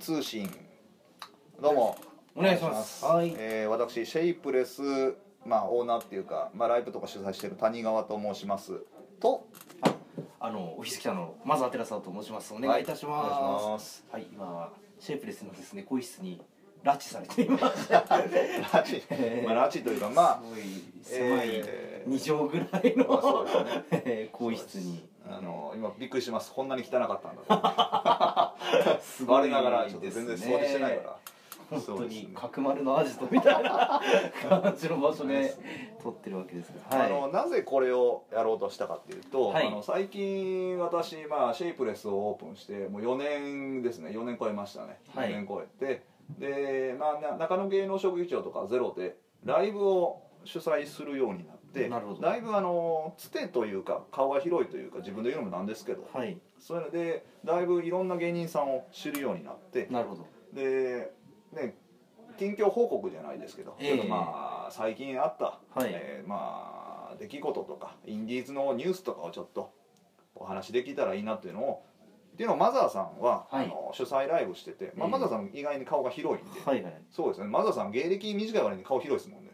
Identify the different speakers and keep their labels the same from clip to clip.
Speaker 1: 通信どうも
Speaker 2: お願いします
Speaker 1: お願
Speaker 2: はい
Speaker 1: えー私シェイプレスまあオーナーっていうか、まあ、ライブとか主催してる谷川と申しますと
Speaker 2: ああのオフィス北のまずは寺沢と申しますお願いいたします,、
Speaker 1: はいお願いし
Speaker 2: は
Speaker 1: ま
Speaker 2: い、
Speaker 1: す
Speaker 2: 今はシェイプレスのですね更衣室に拉致されていますす
Speaker 1: ラ チ、まあ、ラチというか まあ
Speaker 2: ごい狭い
Speaker 1: えー
Speaker 2: 二畳ぐらいの、
Speaker 1: まあそうですね
Speaker 2: えー 更衣室に
Speaker 1: あの今びっくりしてますこんなに汚かったんだと
Speaker 2: すご
Speaker 1: 我
Speaker 2: い
Speaker 1: ながらちょっと全然掃除してない
Speaker 2: ですね
Speaker 1: か
Speaker 2: 本
Speaker 1: そう
Speaker 2: 当
Speaker 1: です
Speaker 2: に
Speaker 1: ね
Speaker 2: 角丸のアジトみたいな感じの場所で撮ってるわけですけど
Speaker 1: ら、
Speaker 2: はい
Speaker 1: あのなぜこれをやろうとしたかっていうと、
Speaker 2: はい
Speaker 1: あの最近私、まあ、シェイプレスをオープンしてもう4年ですね4年超えましたね、
Speaker 2: はい
Speaker 1: 4年超えてで、まあな、中野芸能職業庁とかゼロでライブを主催するようになって
Speaker 2: なるほど
Speaker 1: だいぶあのつてというか顔が広いというか自分で言うのもなんですけど、
Speaker 2: はい
Speaker 1: そういうのでだいぶいろんな芸人さんを知るようになって、
Speaker 2: なるほど
Speaker 1: でね近況報告じゃないですけど、
Speaker 2: ええ
Speaker 1: ちょっとまあ最近あった、
Speaker 2: はい
Speaker 1: えーまあ出来事とかインディーズのニュースとかをちょっとお話できたらいいなっていうのをっていうのをマザーさんは、
Speaker 2: はい
Speaker 1: あの主催ライブしてて、まあ
Speaker 2: ええ
Speaker 1: マザーさん意外に顔が広いんで、
Speaker 2: はいはい
Speaker 1: そうですねマザーさん芸歴短い割に顔広いですもんね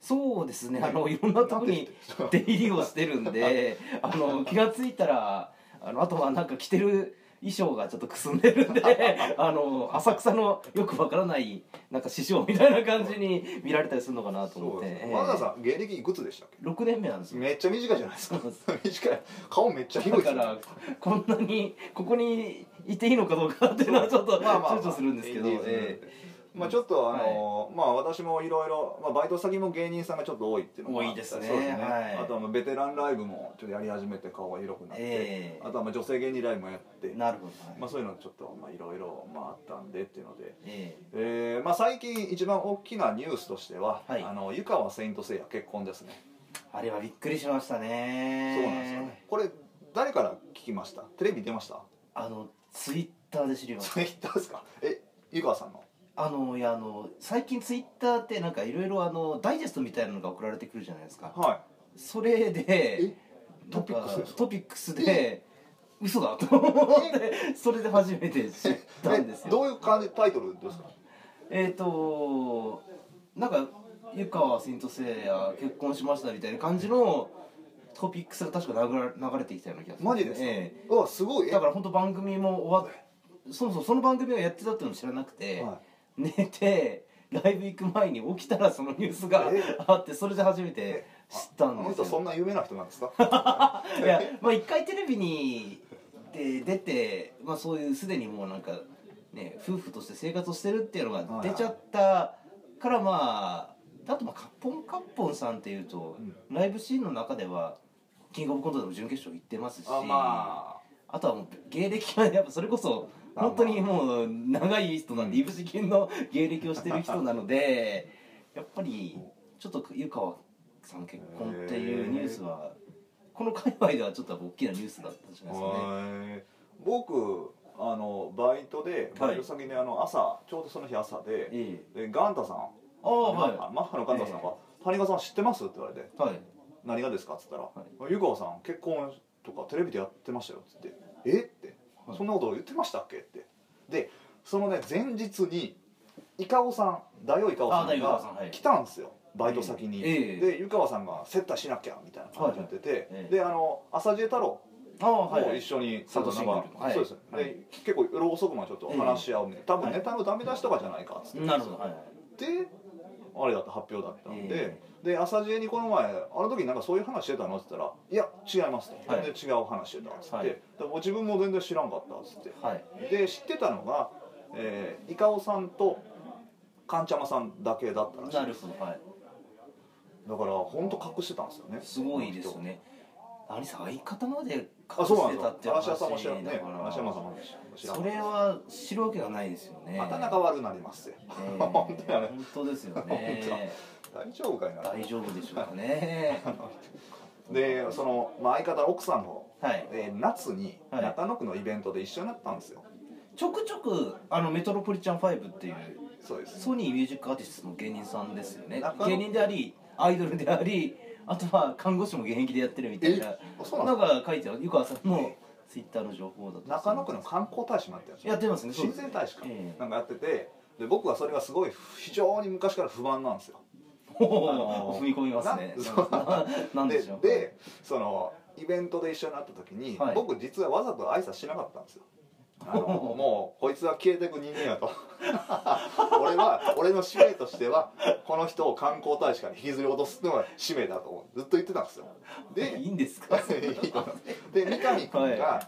Speaker 2: そうですね、
Speaker 1: はい
Speaker 2: い、あのいろんなとこに
Speaker 1: なん
Speaker 2: 出入りをしてるん であの気が付いたらあのあとはなんか着てる衣装がちょっとくすんでるんで あの浅草のよくわからないなんか師匠みたいな感じに見られたりするのかなと
Speaker 1: そ
Speaker 2: 思っ
Speaker 1: う
Speaker 2: て、
Speaker 1: ですね
Speaker 2: ええ
Speaker 1: マザーさん芸歴いくつでしたっ
Speaker 2: 6年目なんです
Speaker 1: け
Speaker 2: よ
Speaker 1: めっちゃ短いじゃないですか
Speaker 2: そうで
Speaker 1: 短い顔めっちゃ
Speaker 2: だ
Speaker 1: 広い
Speaker 2: か
Speaker 1: ですよね
Speaker 2: らこんなにここにいていいのかどうかっていうのはちょっと
Speaker 1: まあまあ、まあ、
Speaker 2: 躊躇するんですけど、
Speaker 1: インディーズ
Speaker 2: ええ
Speaker 1: まあちょっとあの、まあ私もいろいろまあバイト先も芸人さんがちょっと多いっていうのもあったり
Speaker 2: 多いですね
Speaker 1: そうですね、
Speaker 2: はい
Speaker 1: あとはまあベテランライブもちょっとやり始めて顔が広くなって、
Speaker 2: ええ
Speaker 1: あとはまあ女性芸人ライブもやって、
Speaker 2: なるほど、はい
Speaker 1: まあそういうのちょっとまあいろいろまああったんでっていうので。
Speaker 2: ええ
Speaker 1: えーまあ、最近一番大きなニュースとしては、
Speaker 2: はい
Speaker 1: あの湯川セイントセイヤ結婚ですね、
Speaker 2: あれはびっくりしましたね
Speaker 1: そうなんですよねこれ誰から聞きましたテレビ出ました
Speaker 2: あのツイッターで知りました
Speaker 1: ツイッ ターですかえ湯川さんの
Speaker 2: あのいやあの最近ツイッターってなんかいろいろあのダイジェストみたいなのが送られてくるじゃないですか
Speaker 1: は
Speaker 2: それ
Speaker 1: い
Speaker 2: で
Speaker 1: トピックス
Speaker 2: なん
Speaker 1: で
Speaker 2: か
Speaker 1: すか
Speaker 2: トピックスで嘘だと思ってそれで初めて 知ったんです
Speaker 1: えど
Speaker 2: よ
Speaker 1: ういう感じタイトルですか
Speaker 2: えっ、となんか湯川セイントセイヤ結婚しましたみたいな感じのトピックスが確か流れ流れてきたような気がする
Speaker 1: マジですか、
Speaker 2: ええ
Speaker 1: うわすごいえ
Speaker 2: だから本当番組も終わっそもそもその番組がやってたっていうのも知らなくて、
Speaker 1: は
Speaker 2: 寝てライブ行く前に起きたらそのニュースが
Speaker 1: え
Speaker 2: あってそれで初めて知ったん
Speaker 1: あの
Speaker 2: です
Speaker 1: 人そん
Speaker 2: よ
Speaker 1: な有名な人なん ですか
Speaker 2: いやまあ一回テレビにで出て、まあ、そういうすでにもうなんかね夫婦として生活をしてるっていうのが出ちゃったからまああとまあカッポンカッポンさんっていうと、ライブシーンの中ではキングオブコントでも準決勝行ってますし
Speaker 1: あま
Speaker 2: あとはもう芸歴がやっぱそれこそ本当にもう長い人なんでいぶし銀の芸歴をしてる人なの でやっぱりちょっと湯川さん結婚っていうニュースはこの界隈ではちょっと大きなニュースだったんじゃ
Speaker 1: あ
Speaker 2: ないですかね。
Speaker 1: へー僕あのバイトで
Speaker 2: はい
Speaker 1: バイト先であの朝ちょうどその日朝で,、
Speaker 2: え
Speaker 1: でガンタさん
Speaker 2: ああは
Speaker 1: マッハのガンタさんが「谷川さん知ってます?」って言われて
Speaker 2: いはい
Speaker 1: 「何がですか?」っつったら
Speaker 2: い
Speaker 1: 「湯川さん結婚とかテレビでやってましたよ」っつって「えっ?」て「
Speaker 2: はい
Speaker 1: そんなこと言ってましたっけ?」ってでそのね前日にイカオさんダヨイカオさ
Speaker 2: あダ
Speaker 1: ん
Speaker 2: ヨイカオさん
Speaker 1: が
Speaker 2: はい
Speaker 1: 来たんですよバイト先に、
Speaker 2: ええ
Speaker 1: で湯川さんが接待しなきゃみたいな感じで言ってて、
Speaker 2: ええ
Speaker 1: であの浅知恵太郎
Speaker 2: ああはい
Speaker 1: も
Speaker 2: は
Speaker 1: 一
Speaker 2: い
Speaker 1: 緒に
Speaker 2: 佐藤慎吾
Speaker 1: なんかそうですよ、
Speaker 2: はい
Speaker 1: で結構夜遅くまでちょっと話し合うね、多分ネタのダメ出しとかじゃないかっつって、
Speaker 2: なるほどはいはい
Speaker 1: であれだった発表だったんで
Speaker 2: え、
Speaker 1: で浅知恵にこの前「あの時なんかそういう話してたの?」って言ったら「いや違います」と「
Speaker 2: はい
Speaker 1: 全然違う話してた」っつって、
Speaker 2: はい
Speaker 1: でも自分も全然知らんかったっつって、
Speaker 2: はい
Speaker 1: で知ってたのが、えー、イカオさんとカンチャマさんだけだったらしい
Speaker 2: なるほどはい
Speaker 1: だから本当隠してたんですよね
Speaker 2: すごいですね何せ相方まで隠
Speaker 1: あそうなん
Speaker 2: して
Speaker 1: です
Speaker 2: た
Speaker 1: よ
Speaker 2: っていう
Speaker 1: 嵐屋さんも知らん
Speaker 2: だ
Speaker 1: ね
Speaker 2: か
Speaker 1: 嵐山さんも知らん
Speaker 2: それは知るわけがないですよね
Speaker 1: また仲悪なりますよ、
Speaker 2: ええ
Speaker 1: 本当やね
Speaker 2: 本当ですよね
Speaker 1: 大丈夫かいな
Speaker 2: 大丈夫でしょうかね
Speaker 1: でその、まあ、相方の奥さんの、
Speaker 2: はい
Speaker 1: えー夏に
Speaker 2: はい
Speaker 1: 中野区のイベントで一緒になったんですよ、
Speaker 2: ちょくちょくあのメトロポリタン5っていう
Speaker 1: そうです
Speaker 2: ソニーミュージックアーティストの芸人さんですよね
Speaker 1: 中野
Speaker 2: 芸人でありアイドルでありあとは看護師も現役でやってるみたいな
Speaker 1: えあそうな
Speaker 2: なんんか書いてある湯川さんもツイッターの情報だと
Speaker 1: 中野区の観光大使もやってるんですよ
Speaker 2: やってますねそう
Speaker 1: 親
Speaker 2: ですね
Speaker 1: 善大使か、
Speaker 2: ええ
Speaker 1: なんかやっててで僕はそれがすごい非常に昔から不満なんですよ
Speaker 2: ほほほ
Speaker 1: あのー
Speaker 2: 踏み込みますね
Speaker 1: なそう
Speaker 2: な なん
Speaker 1: で
Speaker 2: でしょう
Speaker 1: でそのイベントで一緒になった時に、
Speaker 2: はい
Speaker 1: 僕実はわざと挨拶しなかったんですよ あのもうこいつは消えてく人間やと 俺は俺の使命としてはこの人を観光大使から引きずり落とすのが使命だとずっと言ってたんですよで
Speaker 2: いいんです か
Speaker 1: いいと思いますで三上君が、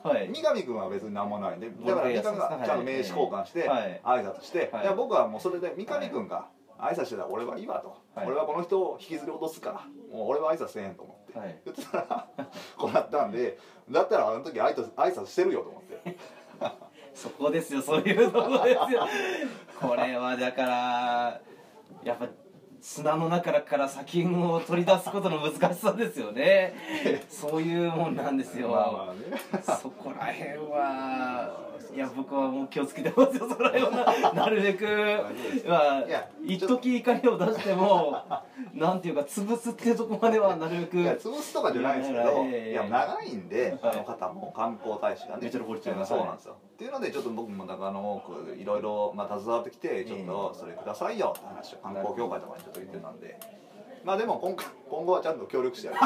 Speaker 2: はいはい
Speaker 1: 三上君は別に何もないんでだから三上君がちゃんと名刺交換して
Speaker 2: はい
Speaker 1: 挨拶して、
Speaker 2: はい
Speaker 1: いや僕はもうそれで三上君が挨拶してたら俺はいいわと、
Speaker 2: はい
Speaker 1: 俺はこの人を引きずり落とすからもう俺は挨拶せえへんと思って、
Speaker 2: はい
Speaker 1: 言ってたら こうなったんでだったらあの時挨拶挨拶してるよと思 って
Speaker 2: そこですよそういうとこですよこれはだからやっぱ砂の中から砂金を取り出すことの難しさですよねそういうもんなんですよ、
Speaker 1: まあまあね
Speaker 2: そこら辺はいや僕はもう気をつけてますよそこら辺はなるべくまあ
Speaker 1: いや
Speaker 2: 一時怒りを出してもなんていうか潰すっていうとこまではなるべく
Speaker 1: いや潰すとかじゃないんですけ
Speaker 2: いや
Speaker 1: ど
Speaker 2: いやいやい
Speaker 1: い
Speaker 2: や
Speaker 1: や長いんで
Speaker 2: はい
Speaker 1: あの方も観光大使がね
Speaker 2: メトロポリタンが
Speaker 1: そうなんですよっていうのでちょっと僕も中野区いろいろまあ携わってきてちょっとそれくださいよって話を観光協会とかにちょっと言ってたんでまあでも今回今後はちゃんと協力してやる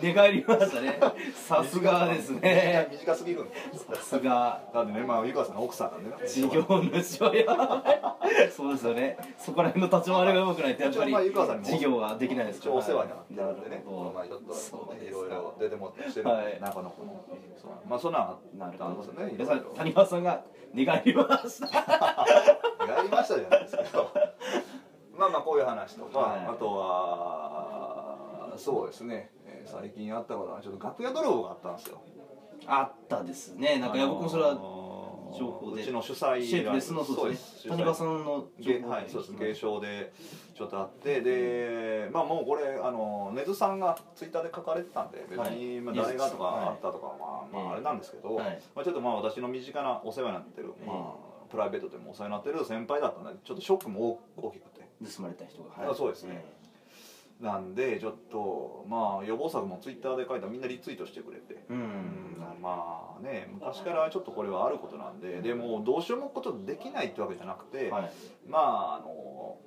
Speaker 2: 寝返りましたねさすがですね
Speaker 1: 短短すぎるんで
Speaker 2: さすが
Speaker 1: だってねまあ湯川さんの奥さんなんでね
Speaker 2: 事業主はやばいそうですよねそこら辺の立ち回りがうまくないとやっぱ
Speaker 1: 一応
Speaker 2: り
Speaker 1: まあ湯川さんにも
Speaker 2: 事業はできないです
Speaker 1: 一応お世話になってるんでね
Speaker 2: なるほど
Speaker 1: まあちょっ
Speaker 2: そう
Speaker 1: と
Speaker 2: ですか
Speaker 1: いろいろ出てもらってしてるん
Speaker 2: はい
Speaker 1: で中野区のそうまあそんなんあ
Speaker 2: なる
Speaker 1: ったん
Speaker 2: ほ
Speaker 1: です
Speaker 2: ど
Speaker 1: よね
Speaker 2: ね
Speaker 1: いろいろ
Speaker 2: 谷川さんが寝返りました
Speaker 1: やりましたじゃないですけどまあまあこういう話とか、
Speaker 2: はい
Speaker 1: あとはそうですね、えー最近あったことはちょっと楽屋泥棒があったんですよ
Speaker 2: あったですねなんかいや僕もそれは情
Speaker 1: 情
Speaker 2: 報で
Speaker 1: うちの主催
Speaker 2: シェイプレスのそうですね谷川さん
Speaker 1: ん
Speaker 2: の情報
Speaker 1: はい、そうです芸商でちょっとあってで、まあもうこれあの根津さんがツイッターで書かれてたんで別
Speaker 2: はい
Speaker 1: にまあ誰がとか
Speaker 2: はい
Speaker 1: あったとかはまあまああれなんですけど、
Speaker 2: はい
Speaker 1: まあ、ちょっとまあ私の身近なお世話になってる、
Speaker 2: え
Speaker 1: まあ、プライベートでもお世話になってる先輩だったんでちょっとショックも大大きくて
Speaker 2: 盗まれた人が、
Speaker 1: あそうですねなんでちょっとまあ予防策もツイッターで書いたらみんなリツイートしてくれて
Speaker 2: うん、
Speaker 1: うんまあね昔からちょっとこれはあることなんででもどうしようもことできないってわけじゃなくて、
Speaker 2: はい
Speaker 1: まああの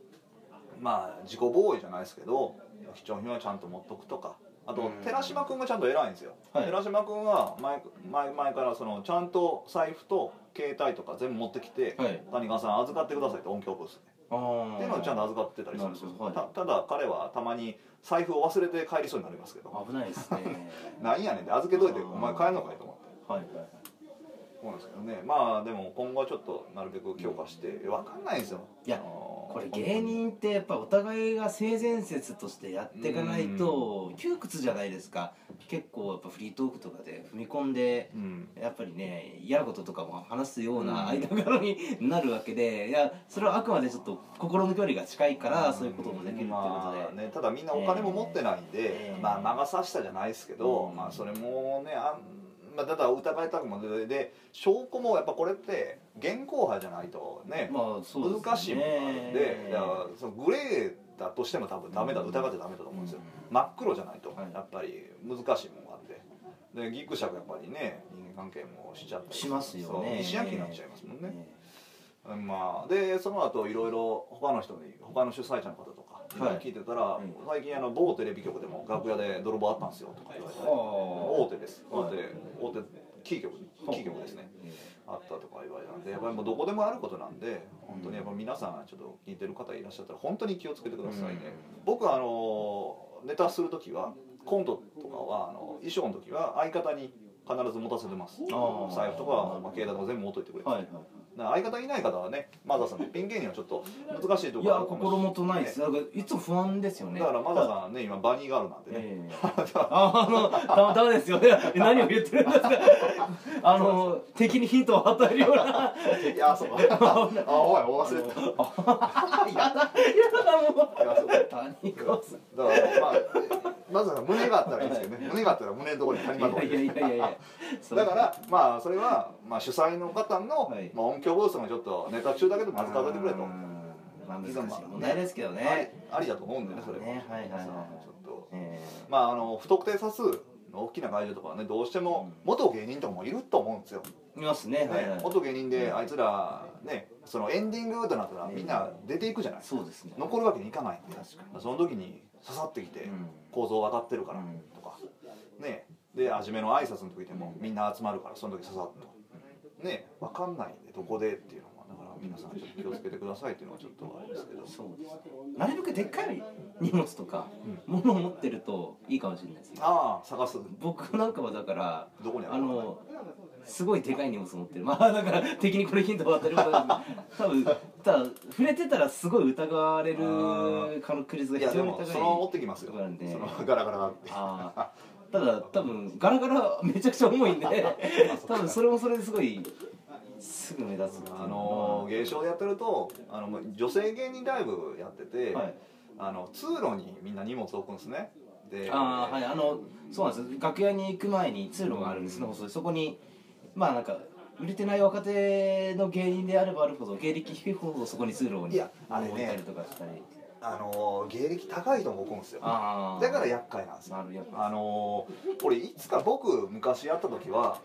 Speaker 1: まあ自己防衛じゃないですけど貴重品はちゃんと持っとくとかあ
Speaker 2: う
Speaker 1: と
Speaker 2: ん
Speaker 1: 寺島君がちゃんと偉いんですよ、
Speaker 2: はい
Speaker 1: 寺島君は前前前からそのちゃんと財布と携帯とか全部持ってきて、
Speaker 2: はい
Speaker 1: 谷川さん預かってくださいって音響ブースで
Speaker 2: あー
Speaker 1: っていうのをちゃんと預かってたりするんですよ、
Speaker 2: なるほど
Speaker 1: たただ彼はたまに財布を忘れて帰りそうになりますけど
Speaker 2: 危ないですね
Speaker 1: なんやねんって預けといて
Speaker 2: うん
Speaker 1: お前帰んのかいと思って
Speaker 2: はいはい
Speaker 1: そうなんですけどねまあでも今後はちょっとなるべく強化してわかんないんですよ
Speaker 2: いや
Speaker 1: あの
Speaker 2: これ芸人ってやっぱお互いが性善説としてやっていかないと窮屈じゃないですか結構やっぱフリートークとかで踏み込んで
Speaker 1: うん
Speaker 2: やっぱりね嫌なこととかも話すよう
Speaker 1: うん
Speaker 2: な間柄になるわけでいやそれはあくまでちょっと心の距離が近いからそういうこともできるってことで、
Speaker 1: まあね、ただみんなお金も持ってないんで、
Speaker 2: ええ
Speaker 1: まあ魔が差したじゃないですけど、
Speaker 2: うん
Speaker 1: まあそれもねあん、まあ、ただ疑いたくもでで証拠もやっぱこれって現行派じゃないとね、
Speaker 2: まあそうですね
Speaker 1: 難しいものがあるんで、だからそのグレーだとしても多分ダメだ、
Speaker 2: うん
Speaker 1: 疑っちゃダメだと思うんですよ、
Speaker 2: うん
Speaker 1: 真っ黒じゃないと、
Speaker 2: はい
Speaker 1: やっぱり難しいものがあってでギクシャクやっぱりね人間関係もしちゃったり
Speaker 2: しますよ
Speaker 1: そう
Speaker 2: ね
Speaker 1: 石焼きになっちゃいますもんね、
Speaker 2: ね
Speaker 1: まあ、でその後いろいろ他の人に他の主催者の方とか
Speaker 2: はい
Speaker 1: 聞いてたら、
Speaker 2: うん
Speaker 1: 最近あの某テレビ局でも楽屋で泥棒あったんですよとか言われて、
Speaker 2: は
Speaker 1: 大手です
Speaker 2: はい
Speaker 1: 大手大手キー局キー局ですね
Speaker 2: え
Speaker 1: あったとか言われたんでやっぱりもうどこでもあることなんで本当にやっぱ皆さんちょっと聞いてる方いらっしゃったら本当に気をつけてくださいね、
Speaker 2: うん
Speaker 1: 僕はあのネタする時はコントとかはあの衣装の時は相方に必ず持たせてます
Speaker 2: あー
Speaker 1: 財布とか、まあ、携帯とか全部持っといてくれて
Speaker 2: はいはい
Speaker 1: な相方いない方はねマザーさんのピン芸人はちょっと難しいところ
Speaker 2: いや
Speaker 1: あるかもしれ
Speaker 2: 心もとないですなんかいつも不安ですよね
Speaker 1: だからマザーさんね今バニーガールなんでね、
Speaker 2: ええあのダメダメですよね何を言ってるんです かあの敵にヒントを与えるような
Speaker 1: いやそう あおいお忘れてたい
Speaker 2: やだやだもう
Speaker 1: やそうだ
Speaker 2: 谷川さん
Speaker 1: からまあマザーさん胸があったらいいんですけどね胸があったら胸のところに谷
Speaker 2: い
Speaker 1: 間のと
Speaker 2: や
Speaker 1: ころ
Speaker 2: いやい
Speaker 1: に
Speaker 2: やいやいやそれ
Speaker 1: だからまあそれは、まあ、主催の方の、
Speaker 2: はい
Speaker 1: まあ、音響ブースのちょっとネタ中だけでも預かってくれと
Speaker 2: うーんまあ難しい問題ですけど
Speaker 1: あり
Speaker 2: ね
Speaker 1: ありだと思うんだよねそれは、
Speaker 2: ねはいはいはい
Speaker 1: ちょっと
Speaker 2: え
Speaker 1: まああの不特定多数大きな会場とかはねどうしても元芸人とかもいると思うんですよ、
Speaker 2: いますね
Speaker 1: ね
Speaker 2: はいはい
Speaker 1: 元芸人であいつらねそのエンディングとなったらみんな出ていくじゃない
Speaker 2: そうですね
Speaker 1: 残るわけにいかないんで
Speaker 2: 確かに
Speaker 1: その時に刺さってきて
Speaker 2: うん
Speaker 1: 構造分かってるから
Speaker 2: うん
Speaker 1: とかねで初めの挨拶の時でも
Speaker 2: うん
Speaker 1: みんな集まるからその時刺さっとね分かんないんでどこでっていうのはだから皆さんちょっと気をつけてくださいっていうのはちょっとあれですけど
Speaker 2: そうですねなるべくでっかい荷物とか、物を持ってるといいかもしれないですね
Speaker 1: ああ探す
Speaker 2: 僕なんかはだから
Speaker 1: どこにある
Speaker 2: あのすごいでかい荷物持ってるまあだから敵にこれヒントを与えることなんですけど多分ただ触れてたらすごい疑われる確率が
Speaker 1: いや
Speaker 2: 非
Speaker 1: で
Speaker 2: 常に
Speaker 1: も
Speaker 2: 高い
Speaker 1: そのまま持ってきますよ
Speaker 2: ところなんで
Speaker 1: そのガラガラガラって
Speaker 2: あーただ多分ガラガラめちゃくちゃ重いんで多分それもそれですごいすぐ目立つっていう
Speaker 1: あの芸商でやってるとあのもう女性芸人ライブやってて、
Speaker 2: はい
Speaker 1: あの通路にみんな荷物置くんですねで
Speaker 2: あーはいあのそうなんです楽屋に行く前に通路があるんですね細いそこにまあなんか売れてない若手の芸人であればあるほど芸歴低いほどそこに通路に置
Speaker 1: い
Speaker 2: い
Speaker 1: やあれね
Speaker 2: たりとかしたり
Speaker 1: あの芸歴高い人も置くんですよ
Speaker 2: ああ
Speaker 1: だから厄介なんですよ
Speaker 2: なるやっぱ
Speaker 1: あの俺いつか僕昔やった時は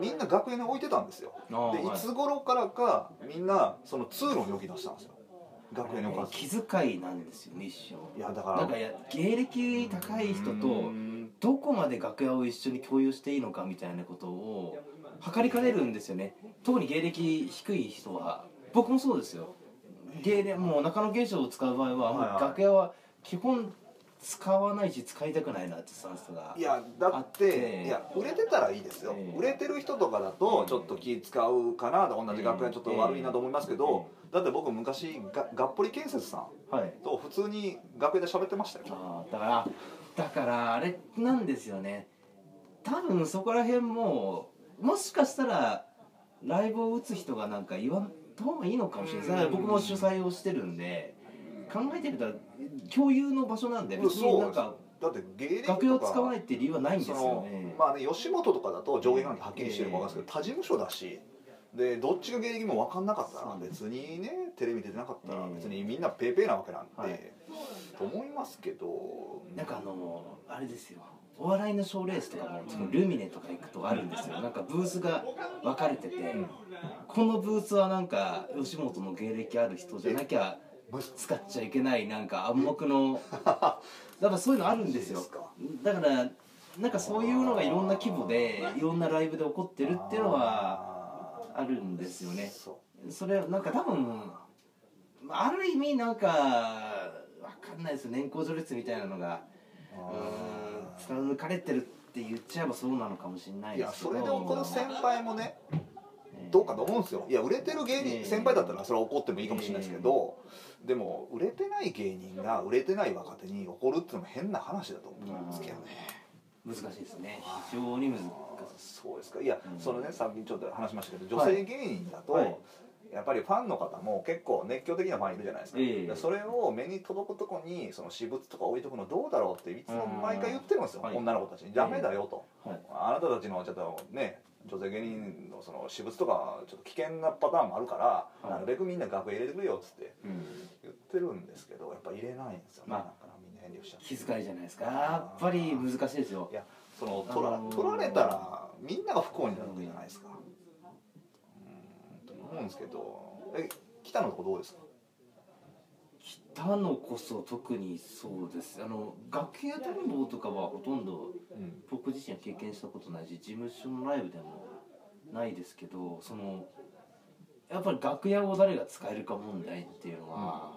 Speaker 1: みんな学園に置いてたんですよ
Speaker 2: あー
Speaker 1: でい
Speaker 2: はい
Speaker 1: つ頃からかみんなその通路に置き出したんですよ学園に置かず
Speaker 2: 気遣いなんですよね一
Speaker 1: い
Speaker 2: 生
Speaker 1: やだから
Speaker 2: なんかや芸歴高い人
Speaker 1: う
Speaker 2: と
Speaker 1: ん
Speaker 2: どこまで楽屋を一緒に共有していいのかみたいなことを測りかねるんですよね特に芸歴低い人は僕もそうですよ芸でもう中野芸者を使う場合はも
Speaker 1: はいはいう
Speaker 2: 楽屋は基本使わないし使いたくないなってスタンスが
Speaker 1: いやだ
Speaker 2: あ
Speaker 1: っ
Speaker 2: ってて
Speaker 1: いや売れてたらいいですよ、
Speaker 2: ええ
Speaker 1: 売れてる人とかだとちょっと気使うかな同じ学園ちょっと悪いなと思いますけど、だって僕昔ががっぽり建設さん
Speaker 2: はい
Speaker 1: と普通に学園で喋ってましたよ
Speaker 2: あーだからだからあれなんですよね多分そこら辺ももしかしたらライブを打つ人がなんか言わんた方がいいのかもしれないだから僕も主催をしてるんで考えてみたら共有の場所なんで別になんか
Speaker 1: だって芸歴
Speaker 2: 楽屋
Speaker 1: と
Speaker 2: を使わ
Speaker 1: か
Speaker 2: ないっていう理由はないんです
Speaker 1: そ
Speaker 2: よ
Speaker 1: の
Speaker 2: ね
Speaker 1: まあね吉本とかだと上下関係はっきりしてるか分かるんですけど、他事務所だしでどっちが芸歴も分かんなかったら
Speaker 2: そう
Speaker 1: 別にねテレビ出てなかったら
Speaker 2: ええ
Speaker 1: 別にみんなペーペーなわけなんで、
Speaker 2: はい
Speaker 1: と思いますけど
Speaker 2: なんかあのあれですよお笑いの賞ーレースとかもそのルミネとか行くとあるんですよなんかブースが分かれてて、このブースはなんか吉本の芸歴ある人じゃなきゃ
Speaker 1: マジ
Speaker 2: 使っちゃいけないなんか暗黙 のだからそういうのあるんですよ
Speaker 1: マジですか
Speaker 2: だからなんかそういうのがいろんな規模でいろんなライブで起こってるっていうのはあるんですよね
Speaker 1: そう
Speaker 2: それはなんか多分まあある意味なんかわかんないですよ年功序列みたいなのがうーん貫かれてるって言っちゃえばそうなのかもしれない
Speaker 1: い
Speaker 2: で
Speaker 1: や
Speaker 2: すけど
Speaker 1: それで怒る先輩もねどうかと思うんですよいや売れてる芸
Speaker 2: え
Speaker 1: 人
Speaker 2: え
Speaker 1: 先輩だったらそれは怒ってもいいかもしれないですけどでも売れてない芸人が売れてない若手に怒るっていうのも変な話だと思うんですけどね
Speaker 2: 難しいですね非常に難しい
Speaker 1: あーそうですかいや
Speaker 2: うん
Speaker 1: そのねさっきちょっと話しましたけど女
Speaker 2: はい
Speaker 1: 性芸人だ
Speaker 2: はい
Speaker 1: とやっぱりファンの方も結構熱狂的なファンいるじゃないですか
Speaker 2: ええ
Speaker 1: でそれを目に届くとこにその私物とか置いとくのどうだろうっていつも毎回言ってるんですよ
Speaker 2: うんはい
Speaker 1: 女の子たちに「ダメだよ」と。
Speaker 2: はい
Speaker 1: あなたたちのちょっとね女性芸人のその私物とかちょっと危険なパターンもあるから、
Speaker 2: はい
Speaker 1: なるべくみんな楽屋入れてくれよっつって
Speaker 2: うん
Speaker 1: 言ってるんですけどやっぱ入れないんですよね、
Speaker 2: まあ
Speaker 1: なんかみんな遠慮しちゃって
Speaker 2: 気遣いじゃないですかやっぱり難しいですよ
Speaker 1: いやその取ら,、
Speaker 2: あのー
Speaker 1: 取られたらみんなが不幸になるわけじゃないですかうんと思うんですけどえ北のとこどうですか
Speaker 2: 北野こそ特にそうですあの楽屋探訪とかはほとんど
Speaker 1: うん
Speaker 2: 僕自身は経験したことないし事務所のライブでもないですけどそのやっぱり楽屋を誰が使えるか問題っていうのは、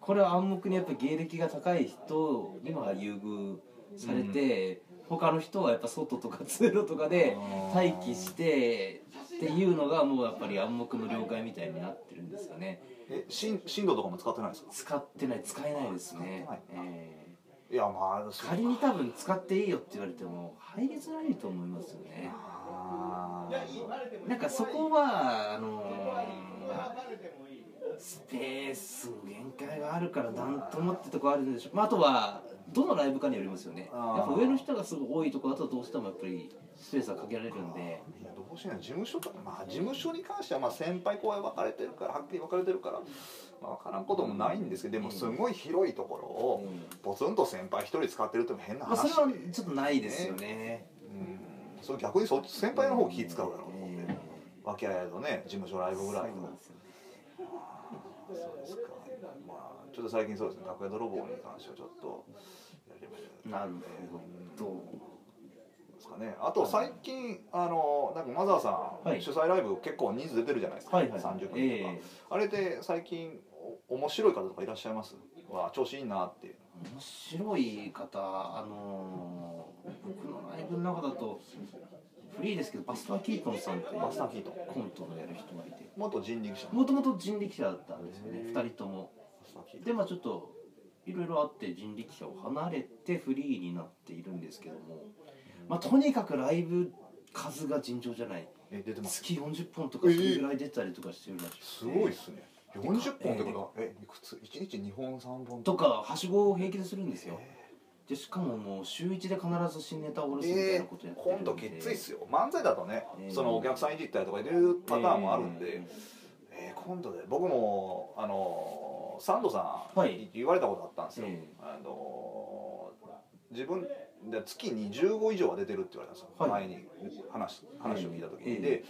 Speaker 2: これは暗黙にやっぱり芸歴が高い人今は優遇されて、他の人はやっぱ外とか通路とかで
Speaker 1: あー
Speaker 2: 待機してっていうのがもうやっぱり暗黙の了解みたいになってるんですよね
Speaker 1: えし進路とかも使ってないですか
Speaker 2: 使ってない使えないですね
Speaker 1: 使って
Speaker 2: え
Speaker 1: いやまあ
Speaker 2: ー
Speaker 1: そう
Speaker 2: 仮に多分使っていいよって言われても入りづらいと思いますよね
Speaker 1: あー
Speaker 2: なんかそこはあのーまあスペースの限界があるからなんともってとこあるんでしょう、まあ、あとはどのライブかによりますよね
Speaker 1: あー
Speaker 2: やっぱ上の人がすごい多いとこだとどうしてもやっぱりスペースは限られるんで
Speaker 1: いやどうしようね事務所とかまあ事務所に関してはまあ先輩後輩分かれてるからはっきり分かれてるからまあ、分からんこともないんですけどでもすごい広いところ
Speaker 2: う
Speaker 1: を
Speaker 2: ん
Speaker 1: ポツンと先輩一人使ってるっても変な
Speaker 2: まあ、
Speaker 1: 話
Speaker 2: そ
Speaker 1: で
Speaker 2: れはちょっとないですよね
Speaker 1: うんそれ逆にそっち先輩の方気使うだろうと思って
Speaker 2: ね
Speaker 1: わけあやとね事務所ライブぐらい
Speaker 2: そうなん
Speaker 1: の
Speaker 2: ですよ
Speaker 1: そうですかまあちょっと最近そうですね楽屋泥棒に関してはちょっとやりました
Speaker 2: なるほど、
Speaker 1: ですかね、あと最近あのなんかマザーさん、
Speaker 2: はい
Speaker 1: 主催ライブ結構人数出てるじゃないですか、
Speaker 2: はいはい
Speaker 1: 30組とか、
Speaker 2: ええ
Speaker 1: あれで最近お面白い方とかいらっしゃいますわあ調子いいなっていう
Speaker 2: 面白い方あのー僕のライブの中だとフリーですけどバスター・キートンさんという
Speaker 1: バスターキートン
Speaker 2: コントをやる人がいて
Speaker 1: 元人力車の
Speaker 2: もともと人力車だったんですよね
Speaker 1: へ
Speaker 2: 2
Speaker 1: え
Speaker 2: 人とも
Speaker 1: バスターキートン
Speaker 2: でまあちょっといろいろあって人力車を離れてフリーになっているんですけども、まあ、とにかくライブ数が尋常じゃない
Speaker 1: え出てます
Speaker 2: 月40本とかそれぐらい出たりとかしてるらしくて
Speaker 1: すごいですね40本ってことはえいくつ1日2本3本
Speaker 2: とかはしごを平気でするんですよ
Speaker 1: え
Speaker 2: でしかももう週1で必ず新ネタを下ろすみたい
Speaker 1: え
Speaker 2: なことや
Speaker 1: ー、
Speaker 2: って
Speaker 1: 今
Speaker 2: るんで、
Speaker 1: 度きっついっすよ漫才だとね、
Speaker 2: えー
Speaker 1: そのお客さんいじったりとかいろいろパターンもあるんで、
Speaker 2: え
Speaker 1: えー、今度で僕もあのーサンドさん、
Speaker 2: はい
Speaker 1: 言われたことあったんですよ、
Speaker 2: ええ
Speaker 1: あのー自分で月に15以上は出てるって言われたんですよ、
Speaker 2: はい
Speaker 1: 前に話話を聞いた時に、
Speaker 2: ええ
Speaker 1: で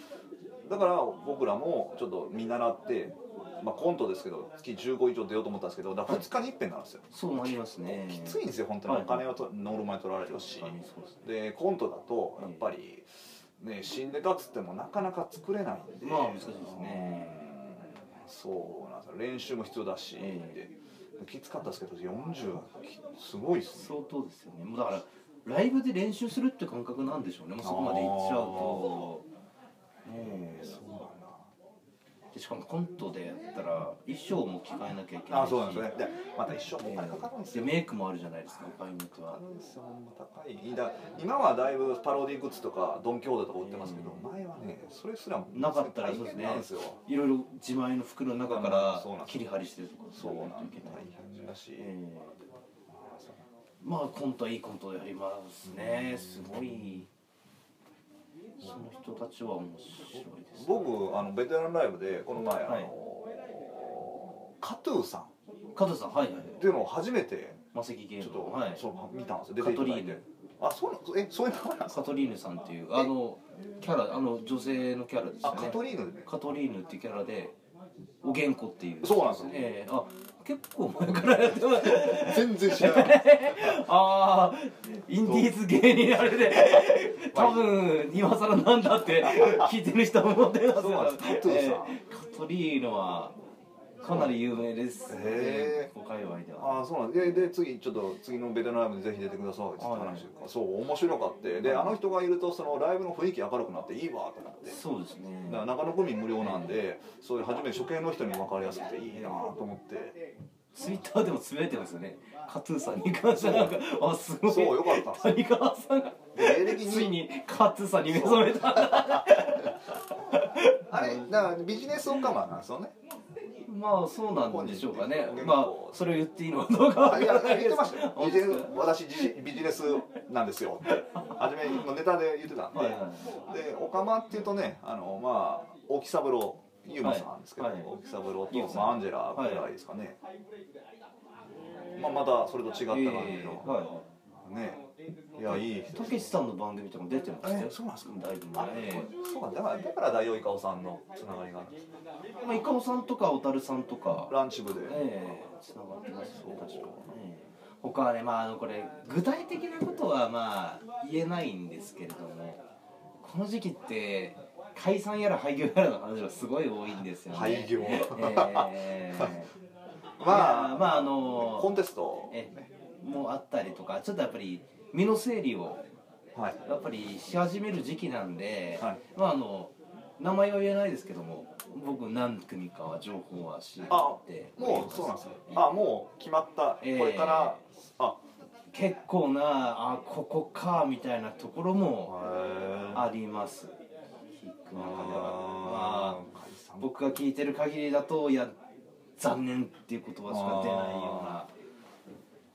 Speaker 1: だから僕らもちょっと見習って、まあ、コントですけど月15以上出ようと思ったんですけどだから2日に一遍なんですよ、
Speaker 2: そうなりますね
Speaker 1: きついんですよ本当に、
Speaker 2: はい
Speaker 1: お金をとノルマに取られ
Speaker 2: 確
Speaker 1: るし
Speaker 2: かにそうですね
Speaker 1: でコントだとやっぱり、ね、新ネタっつってもなかなか作れないんで
Speaker 2: まあ難しいですね
Speaker 1: うんそうなんですよ練習も必要だし、
Speaker 2: え
Speaker 1: できつかったですけど40はきすごいですね
Speaker 2: 相当ですよねもうだからライブで練習するって感覚なんでしょうねもうそこまでいっちゃうと
Speaker 1: ええそうなんだ
Speaker 2: でしかもコントでやったら衣装も着替えなきゃいけな
Speaker 1: あ
Speaker 2: いし
Speaker 1: そうなんですねでまた一生お金かかるんです
Speaker 2: で
Speaker 1: よ、
Speaker 2: メイクもあるじゃないですか場合によって
Speaker 1: あ
Speaker 2: は
Speaker 1: るんですよほんま高いだ今はだいぶパロディグッズとかドン・キホーテとか売ってますけど、前はねそれすらも
Speaker 2: なかったらそうです
Speaker 1: 大変なん
Speaker 2: ね
Speaker 1: ですよ
Speaker 2: いろいろ自前の服の中か
Speaker 1: そうなん
Speaker 2: ら
Speaker 1: です
Speaker 2: 切り張りしてるとか
Speaker 1: そうなん
Speaker 2: と
Speaker 1: だ大変だし、
Speaker 2: ええまあコントはいいコントやりますねすごいその人たちは面白いです
Speaker 1: 僕あのベテランライブでこの前、
Speaker 2: はい
Speaker 1: あのカトゥーさん
Speaker 2: 加藤さんはいはい
Speaker 1: っていうのを初めて
Speaker 2: マセキゲーム
Speaker 1: ちょっと、
Speaker 2: はい
Speaker 1: そう見たんですよ出ていただいて
Speaker 2: カトリーヌ
Speaker 1: あそうなえそういう名前なんですか
Speaker 2: カトリーヌさんっていうあのキャラあの女性のキャラですよ
Speaker 1: あカ
Speaker 2: ね
Speaker 1: トリーヌでね
Speaker 2: カトリーヌっていうキャラでおげんこっていう
Speaker 1: そうなんですよ
Speaker 2: ええあ結構前からやってます
Speaker 1: 全然知らない
Speaker 2: ああインディーズ芸人あれ で多分今更なんだって聞いてる人も思ってます
Speaker 1: そうなんですカトゥーさん
Speaker 2: カトリーヌはかなり有名ですね
Speaker 1: へえ
Speaker 2: ここ界隈で は
Speaker 1: あそうなんですでで次ちょっと次のベテランライブにぜひ出てくださいって話、
Speaker 2: はい
Speaker 1: そう面白かってで
Speaker 2: は
Speaker 1: あ
Speaker 2: い
Speaker 1: の人がいるとそのライブの雰囲気明るくなっていいわと思って
Speaker 2: そうですね
Speaker 1: だから中野区民無料なんでそういう初めて初見の人に分かりやすくていいなと思って
Speaker 2: ツイッターでもつぶやいてますよねカトゥーさんに関してはなんかあすごい
Speaker 1: そうよかったんです
Speaker 2: 谷川さんが
Speaker 1: で芸歴
Speaker 2: つい
Speaker 1: に
Speaker 2: にカトゥーさんに目覚めたんだ
Speaker 1: あれだからビジネスオカマなんですよね
Speaker 2: まあそうなんでしょうかね
Speaker 1: 本人
Speaker 2: まあそれを言っていいのかどうかわ
Speaker 1: あ
Speaker 2: か
Speaker 1: いや
Speaker 2: らない
Speaker 1: 言って
Speaker 2: です
Speaker 1: ましたよビジネス
Speaker 2: 本当ですか
Speaker 1: 私ビジビジネスなんですよって初めのネタで言ってたんで、
Speaker 2: はいはい
Speaker 1: でオカマっていうとねあのまあ大木三郎ユーマさんですけど、
Speaker 2: はいはい
Speaker 1: 大木三郎
Speaker 2: ユーマ
Speaker 1: と、
Speaker 2: さん
Speaker 1: まあ、アンジェラぐらいですかね、まあ、またそれと違った感じの、
Speaker 2: ええはい
Speaker 1: ねいやいい人
Speaker 2: たけしさんの番組とかも出てますよ。
Speaker 1: えそうなんですか
Speaker 2: だいぶ前。
Speaker 1: そうかだからだから大王イカオさんのつながりがあるんです
Speaker 2: まあ、いかおさんとか、おたるさんとか。
Speaker 1: ランチ部で、
Speaker 2: ええつながってますね、確かにね。他はね、まあ、あの、これ、具体的なことは、まあ、言えないんですけれども。この時期って、解散やら廃業やらの話がすごい多いんですよね。
Speaker 1: 廃業
Speaker 2: ええ
Speaker 1: ま
Speaker 2: いや
Speaker 1: あ
Speaker 2: まあ、あの
Speaker 1: コンテスト、
Speaker 2: ええもうあったりとか、ちょっとやっぱり、身の整理を。
Speaker 1: はい
Speaker 2: やっぱりし始める時期なんで、
Speaker 1: はい
Speaker 2: まああの名前は言えないですけども僕何組かは情報は知って
Speaker 1: あ
Speaker 2: おり
Speaker 1: も
Speaker 2: ま
Speaker 1: うそうなんですねあもう決まった、
Speaker 2: ええ
Speaker 1: これからあ
Speaker 2: 結構なあここかみたいなところもあります聞く中ではまあ僕が聞いてる限りだといや残念っていう言葉しか出ないような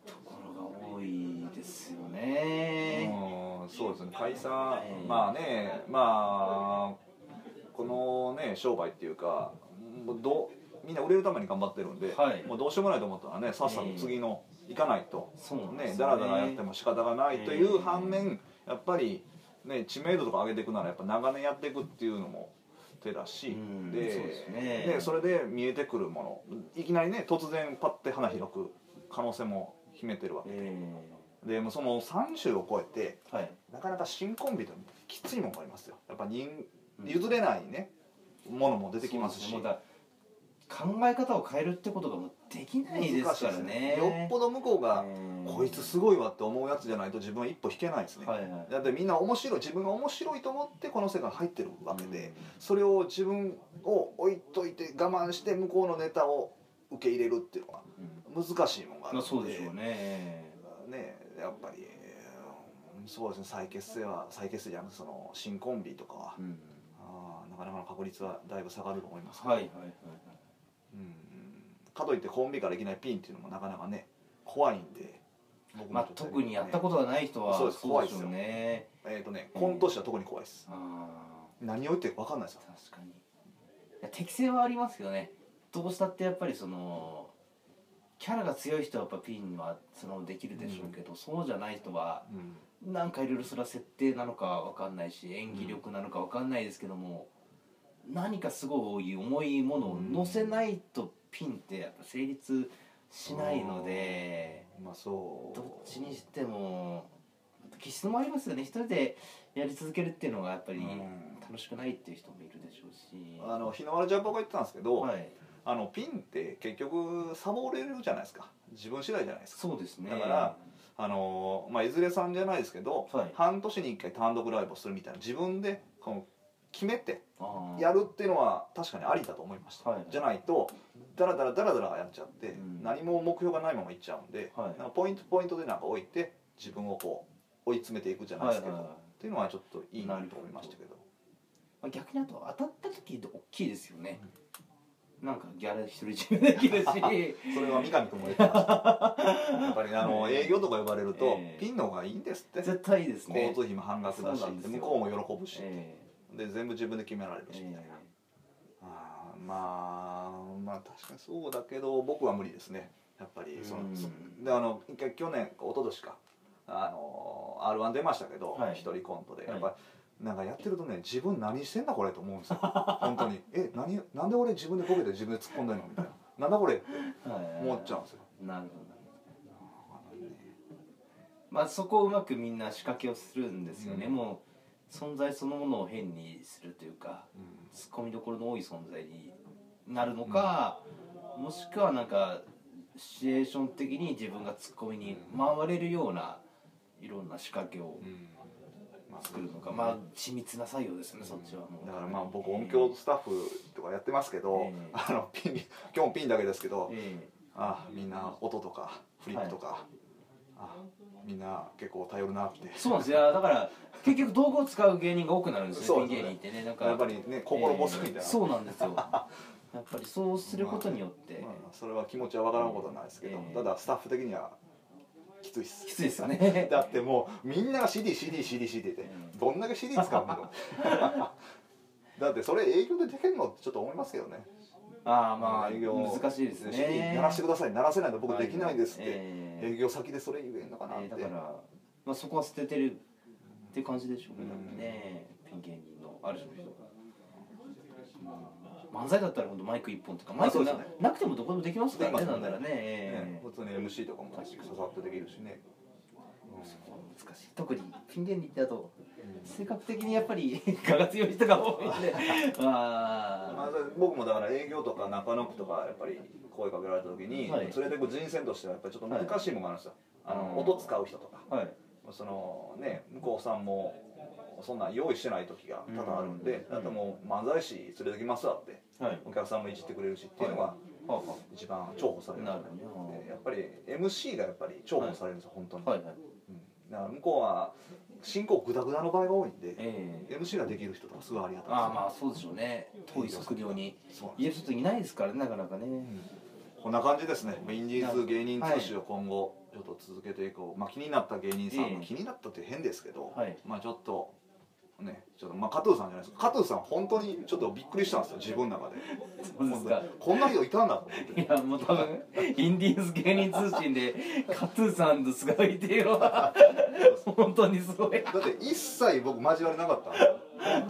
Speaker 2: ところが多いですよね、
Speaker 1: うんそうですね解散、
Speaker 2: ええ
Speaker 1: まあねまあこのね商売っていうかもうどみんな売れるために頑張ってるんで、
Speaker 2: はい
Speaker 1: もうどうしようもないと思ったらねさっさと次の行かないと、
Speaker 2: そうなんで
Speaker 1: ね
Speaker 2: すね
Speaker 1: だらだらやっても仕方がないとい
Speaker 2: ええ
Speaker 1: う反面やっぱり、ね、知名度とか上げていくならやっぱ長年やっていくっていうのも手だし、
Speaker 2: うん
Speaker 1: で
Speaker 2: そうですね
Speaker 1: でそれで見えてくるものいきなりね突然パッて花開く可能性も秘めてるわけで、
Speaker 2: え
Speaker 1: でもうその30を超えて
Speaker 2: ーはい
Speaker 1: なかなか新コンビときついもんがありますよやっぱ人譲れないね、ものも出てきますし
Speaker 2: そうでねもうだ考え方を変えるってことがもうできないですからね
Speaker 1: よっぽど向こうが、
Speaker 2: うん
Speaker 1: こいつすごいわって思うやつじゃないと自分は一歩引けないですね、
Speaker 2: はいはい
Speaker 1: だってみんな面白い自分が面白いと思ってこの世界に入ってるわけで、それを自分を置いといて我慢して向こうのネタを受け入れるっていうのは
Speaker 2: うん
Speaker 1: 難しいもんがある
Speaker 2: ま
Speaker 1: ん
Speaker 2: あ、そうでしょうね、
Speaker 1: ねやっぱりうんそうですね再結成は再結成じゃなくてその新コンビとかは、
Speaker 2: うん
Speaker 1: あーなかなかの確率はだいぶ下がると思います、
Speaker 2: はいはいはい
Speaker 1: うん、かといってコンビからいきなりピンっていうのもなかなかね怖いんで僕
Speaker 2: まあ
Speaker 1: にとってはね
Speaker 2: 特にやったことがない人は
Speaker 1: そうです怖いです
Speaker 2: し
Speaker 1: よ
Speaker 2: ょうね
Speaker 1: えっ、とねコント師は特に怖いです、
Speaker 2: あ
Speaker 1: 何を言ってるか分かんないです
Speaker 2: あ
Speaker 1: よ
Speaker 2: 確かにいや適性はありますけどねどうしたってやっぱりそのキャラが強い人はやっぱピンはそのできるでしょうけど、そうじゃない人は
Speaker 1: うん
Speaker 2: なんかいろいろそれは設定なのかわかんないし演技力なのかわかんないですけども、何かすごい重いものを乗せないとピンってやっぱ成立しないので、
Speaker 1: まあそう
Speaker 2: どっちにしても気質もありますよね一人でやり続けるっていうのがやっぱり
Speaker 1: うん
Speaker 2: 楽しくないっていう人もいるでしょうし、
Speaker 1: あの日の丸ジャパンが言ってたんですけど、
Speaker 2: はい、
Speaker 1: あのピンって結局サボれるじゃないですか自分次第じゃないですか
Speaker 2: そうですね
Speaker 1: だからあのーまあ、いずれさんじゃないですけど、
Speaker 2: はい
Speaker 1: 半年に1回単独ライブをするみたいな自分でこの決めて
Speaker 2: あー
Speaker 1: やるっていうのは確かにありだと思いました、
Speaker 2: はいはい
Speaker 1: じゃないとダラダラダラダラやっちゃって、
Speaker 2: うん
Speaker 1: 何も目標がないままいっちゃうんで、
Speaker 2: はい
Speaker 1: なんかポイントポイントでなんか置いて自分をこう追い詰めていくじゃないですけど、
Speaker 2: はいはいはい
Speaker 1: っていうのはちょっといいなと思いましたけど
Speaker 2: まあ逆にあと当たった時大きいですよね、なんかギャラ独り占めできるし
Speaker 1: それは三上君も言ってました やっぱりねあの営業とか呼ばれると、
Speaker 2: ええ
Speaker 1: ピンの方がいいんですって
Speaker 2: 絶対いいですね
Speaker 1: 交通費も半額だし
Speaker 2: そうなんですよ
Speaker 1: 向こうも喜ぶし、
Speaker 2: え
Speaker 1: で全部自分で決められる
Speaker 2: え
Speaker 1: しみたいな、
Speaker 2: え
Speaker 1: あーまあまあ確かにそうだけど僕は無理ですねやっぱりその、
Speaker 2: うん
Speaker 1: そであの一回去年か一昨年かあの r 1出ましたけど
Speaker 2: はい
Speaker 1: 一、人コントで
Speaker 2: はい
Speaker 1: やっぱ、なんかやってるとね自分何してんだこれと思うんですよ本当に え何なんで俺自分でボケて自分で突っ込んでんのみたいななんだこれって
Speaker 2: はい
Speaker 1: 思っちゃうんですよ
Speaker 2: なるほどなるほどまあそこをうまくみんな仕掛けをするんですよね、
Speaker 1: うん
Speaker 2: もう存在そのものを変にするというか
Speaker 1: うん
Speaker 2: ツッコミどころの多い存在になるのか、もしくはなんかシチュエーション的に自分がツッコミに回れるようないろんな仕掛けを
Speaker 1: まあ
Speaker 2: 作るのか、まあ緻密な作業ですね、そっちはもう
Speaker 1: だからまあ僕音響スタッフとかやってますけど、
Speaker 2: ええ
Speaker 1: あのピン今日もピンだけですけど、
Speaker 2: ええ
Speaker 1: あみんな音とかフリップとか、あみんな結構頼るなって
Speaker 2: そうなんですよだから結局道具を使う芸人が多くなるんです
Speaker 1: そ
Speaker 2: よ
Speaker 1: う
Speaker 2: ピ
Speaker 1: で
Speaker 2: ン
Speaker 1: すね
Speaker 2: 芸人ってねなんか
Speaker 1: やっぱりね心細いんだな、
Speaker 2: えーそうなんですよやっぱりそうすることによって
Speaker 1: まあそれは気持ちはわからんことはないですけど、
Speaker 2: ええ
Speaker 1: ただスタッフ的にはきついっす
Speaker 2: きついですよね
Speaker 1: だってもうみんなが CDCDCDCD って
Speaker 2: ええ
Speaker 1: どんだけ CD 使うんだ ろうだってそれ営業でできるのってちょっと思いますけどね
Speaker 2: ああまあ
Speaker 1: 営業
Speaker 2: 難しいですね
Speaker 1: CD 鳴らしてください鳴らせないと僕できないですって、
Speaker 2: ええ
Speaker 1: 営業先でそれ言えんのかなって、
Speaker 2: えーだから、まあ、そこは捨ててるって感じでしょうね多分ねピン芸人のある種の人が。うん漫才だったら本当マイク一本とかマイクな,、
Speaker 1: そうですね
Speaker 2: なくてもどこでもできますからね
Speaker 1: できま
Speaker 2: な
Speaker 1: す
Speaker 2: ん
Speaker 1: もんね
Speaker 2: な
Speaker 1: ね
Speaker 2: らね、えー
Speaker 1: 普通に MC とかもささっとできるしね、
Speaker 2: 難しい特にピン芸人だと性格的にやっぱ り我が強い人が多いん で
Speaker 1: ま
Speaker 2: あ
Speaker 1: あ、僕もだから営業とか中野区とかやっぱり声かけられた時に、
Speaker 2: はい
Speaker 1: 連れてく人選としてはやっぱりちょっと難しいものがあるんですよ、
Speaker 2: はい
Speaker 1: あ
Speaker 2: う
Speaker 1: の
Speaker 2: ん
Speaker 1: 音使う人とか
Speaker 2: あはい
Speaker 1: そのね向こうさんもそんなん用意してない時が多々あるんで、
Speaker 2: うん
Speaker 1: あともう漫才師連れてきますわって
Speaker 2: はい
Speaker 1: お客さんもいじってくれるしっていうの
Speaker 2: は
Speaker 1: が
Speaker 2: はあはあ
Speaker 1: 一番重宝される
Speaker 2: なるほどね
Speaker 1: でやっぱり MC がやっぱり重宝されるんですよ、本当に、
Speaker 2: はいはい。
Speaker 1: うんだから向こうは進行グダグダの場合が多いんで、
Speaker 2: ええ
Speaker 1: MC ができる人とかすごいありがたいです
Speaker 2: ああまあそうでしょうね。遠い職業に
Speaker 1: そうなんです
Speaker 2: 言える人いないですからねなかなかね。
Speaker 1: こんな感じですねインディーズ芸人通し
Speaker 2: は
Speaker 1: を今後ちょっと続けていこう、まあ、気になった芸人さん、
Speaker 2: ええ
Speaker 1: 気になったって変ですけど、
Speaker 2: はい
Speaker 1: まあちょっとねちょっとまあ加藤さんじゃないですか加藤さん本当にちょっとびっくりしたんですよ自分の中で
Speaker 2: そうですか
Speaker 1: こんな人いたんだと思って
Speaker 2: いやもう多分インディーズ芸人通信でカトゥーさんとすごいてよ本当にすごい
Speaker 1: だって一切僕交わりなかったんで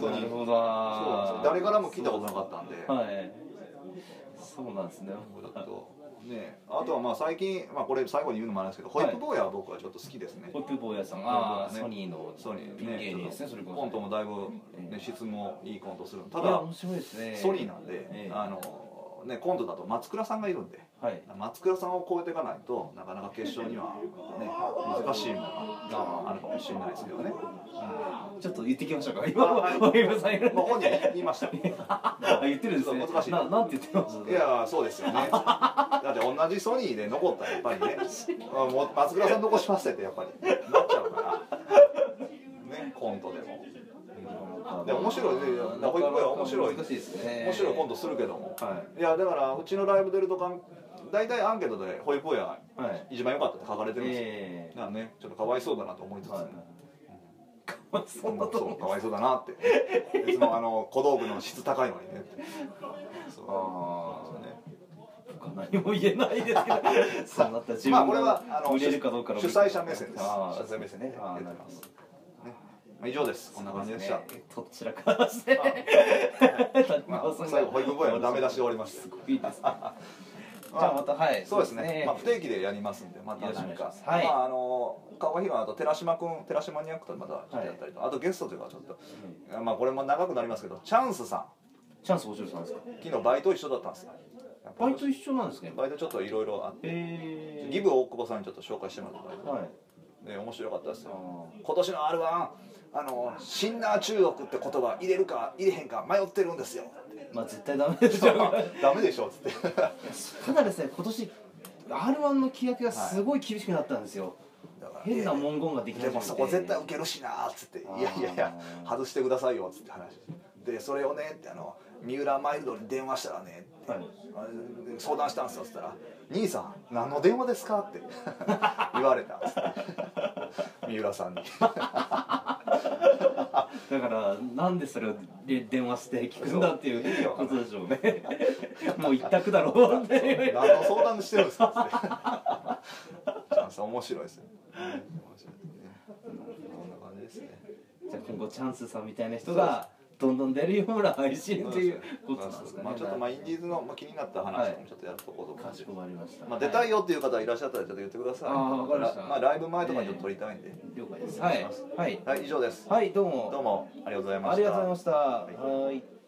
Speaker 1: 本当に
Speaker 2: なるほど
Speaker 1: そうなんですよ誰からも聞いたことなかったんで
Speaker 2: はいそうなんですね
Speaker 1: ちょっとねあとはまあ最近、まあ、これ最後に言うのもあるんですけど、ホイップ坊やは僕はちょっと好きですね
Speaker 2: ホップ坊やさん
Speaker 1: あ
Speaker 2: あ
Speaker 1: ー
Speaker 2: ソニーの
Speaker 1: ソニー
Speaker 2: ピン芸
Speaker 1: ね
Speaker 2: 人です
Speaker 1: ちょ
Speaker 2: ね
Speaker 1: っ
Speaker 2: それ
Speaker 1: と
Speaker 2: こそ
Speaker 1: コントもだいぶ、
Speaker 2: え
Speaker 1: ね、
Speaker 2: え
Speaker 1: 質もいいコントするのた
Speaker 2: ただ
Speaker 1: だ
Speaker 2: 面白いですね
Speaker 1: ソニーなんで、
Speaker 2: ええ
Speaker 1: あのねコントだと松倉さんがいるんで
Speaker 2: はい
Speaker 1: 松倉さんを超えていかないとなかなか決勝には、ね、難しいものがあるかもしれないですけどね、
Speaker 2: ちょっと言ってきましょうか
Speaker 1: あ
Speaker 2: 今
Speaker 1: はい
Speaker 2: ホイップさんいる
Speaker 1: まあ、本人は言いましたい
Speaker 2: あ言ってるんですね
Speaker 1: そう難しい
Speaker 2: ななんて言ってます
Speaker 1: やそうですよねだって同じソニーで残ったらやっぱりねあもう松倉さん残しましたってやっぱりなっちゃうからねコントでもでも面白いねだからホイップ坊やは面白い
Speaker 2: 難しいですね
Speaker 1: 面白いコントするけども、、
Speaker 2: はい
Speaker 1: やだからうちのライブ出るとかん大体アンケートで「ホイップ坊やが
Speaker 2: はい
Speaker 1: 一番良かった」って書かれてるんですよ、
Speaker 2: ええ
Speaker 1: なんかねちょっとかわいそうだなと思いつつね、
Speaker 2: かわいそうだと
Speaker 1: そ
Speaker 2: 思
Speaker 1: うかわいそうだなっていつもあの小道具の質高いのにねってそう
Speaker 2: あ
Speaker 1: そうね
Speaker 2: う何も言えないですけどそうなった自分
Speaker 1: ま
Speaker 2: が
Speaker 1: あこれはあの
Speaker 2: 売れるかどうかの
Speaker 1: 主催者目線です
Speaker 2: あ
Speaker 1: 主
Speaker 2: ー
Speaker 1: 催者目線で
Speaker 2: あ
Speaker 1: やっ
Speaker 2: ー
Speaker 1: て
Speaker 2: なる
Speaker 1: ま
Speaker 2: ほ
Speaker 1: す
Speaker 2: ど
Speaker 1: ねまあ以上ですこんな感じでした、
Speaker 2: そうすねどちらからして
Speaker 1: まあ最後保育坊やのダメ出しで終わりました
Speaker 2: すごいですねじゃあまたはい
Speaker 1: そうですねまあ、不定期でやりますんでまた
Speaker 2: よろしくお
Speaker 1: 何
Speaker 2: 願いしま
Speaker 1: か
Speaker 2: すはい
Speaker 1: まああの川平あと寺島君寺島ニャックとまたちょっとやったりと、あとゲストというかちょっと、まあこれも長くなりますけどチャンスさ
Speaker 2: チャンスお嬢さんですか
Speaker 1: ん昨日バイト一緒だったんですよ
Speaker 2: バイト一緒なんですね
Speaker 1: バイトちょっといろいろあって
Speaker 2: え
Speaker 1: ギブ大久保さんにちょっと紹介してもらったバイト
Speaker 2: はい
Speaker 1: ね、面白かったです
Speaker 2: あ
Speaker 1: よ今年の R1 あの「シンナー中国」って言葉入れるか入れへんか迷ってるんです よ
Speaker 2: ーまあ絶対ダメでしょう
Speaker 1: ダメでしょっつってだ
Speaker 2: ただですね今年 R1 の規約がすごい厳しくなったんですよ、
Speaker 1: から
Speaker 2: 変な文言ができ
Speaker 1: で
Speaker 2: 始めて
Speaker 1: もそこ絶対受けるしなっつって「いやいやいや
Speaker 2: あー
Speaker 1: 外してくださいよ」っつって話でそれをねってあの三浦マイルドに電話したらねって、
Speaker 2: はい
Speaker 1: あれ相談したんですよっつったら「兄さん何の電話ですか?」 って言われたっつって三浦さんに
Speaker 2: だからなんでそれをで電話して聞くんだっていうことでしょう ねもう一択だろうっていう
Speaker 1: 何の相談してるんですかっつってチャンス面白いですよ面白いですねこんな感じですね
Speaker 2: じゃあ今後チャンスさんみたいな人がどんどん出るような配信っていうことなんですかね
Speaker 1: まあちょっとまあインディーズのまあ気になった話とかもちょっとやるとこうと思うん
Speaker 2: か
Speaker 1: で
Speaker 2: しこまりました
Speaker 1: まあ出たいよっていう方いらっしゃったらちょっと言ってください。
Speaker 2: あーわかりました
Speaker 1: まあライブ前とかにちょっと撮りたいんで。
Speaker 2: 了解ですはいはい、
Speaker 1: はい以上です。
Speaker 2: はい、どうも
Speaker 1: どうもありがとうございました。
Speaker 2: ありがとうございましたはい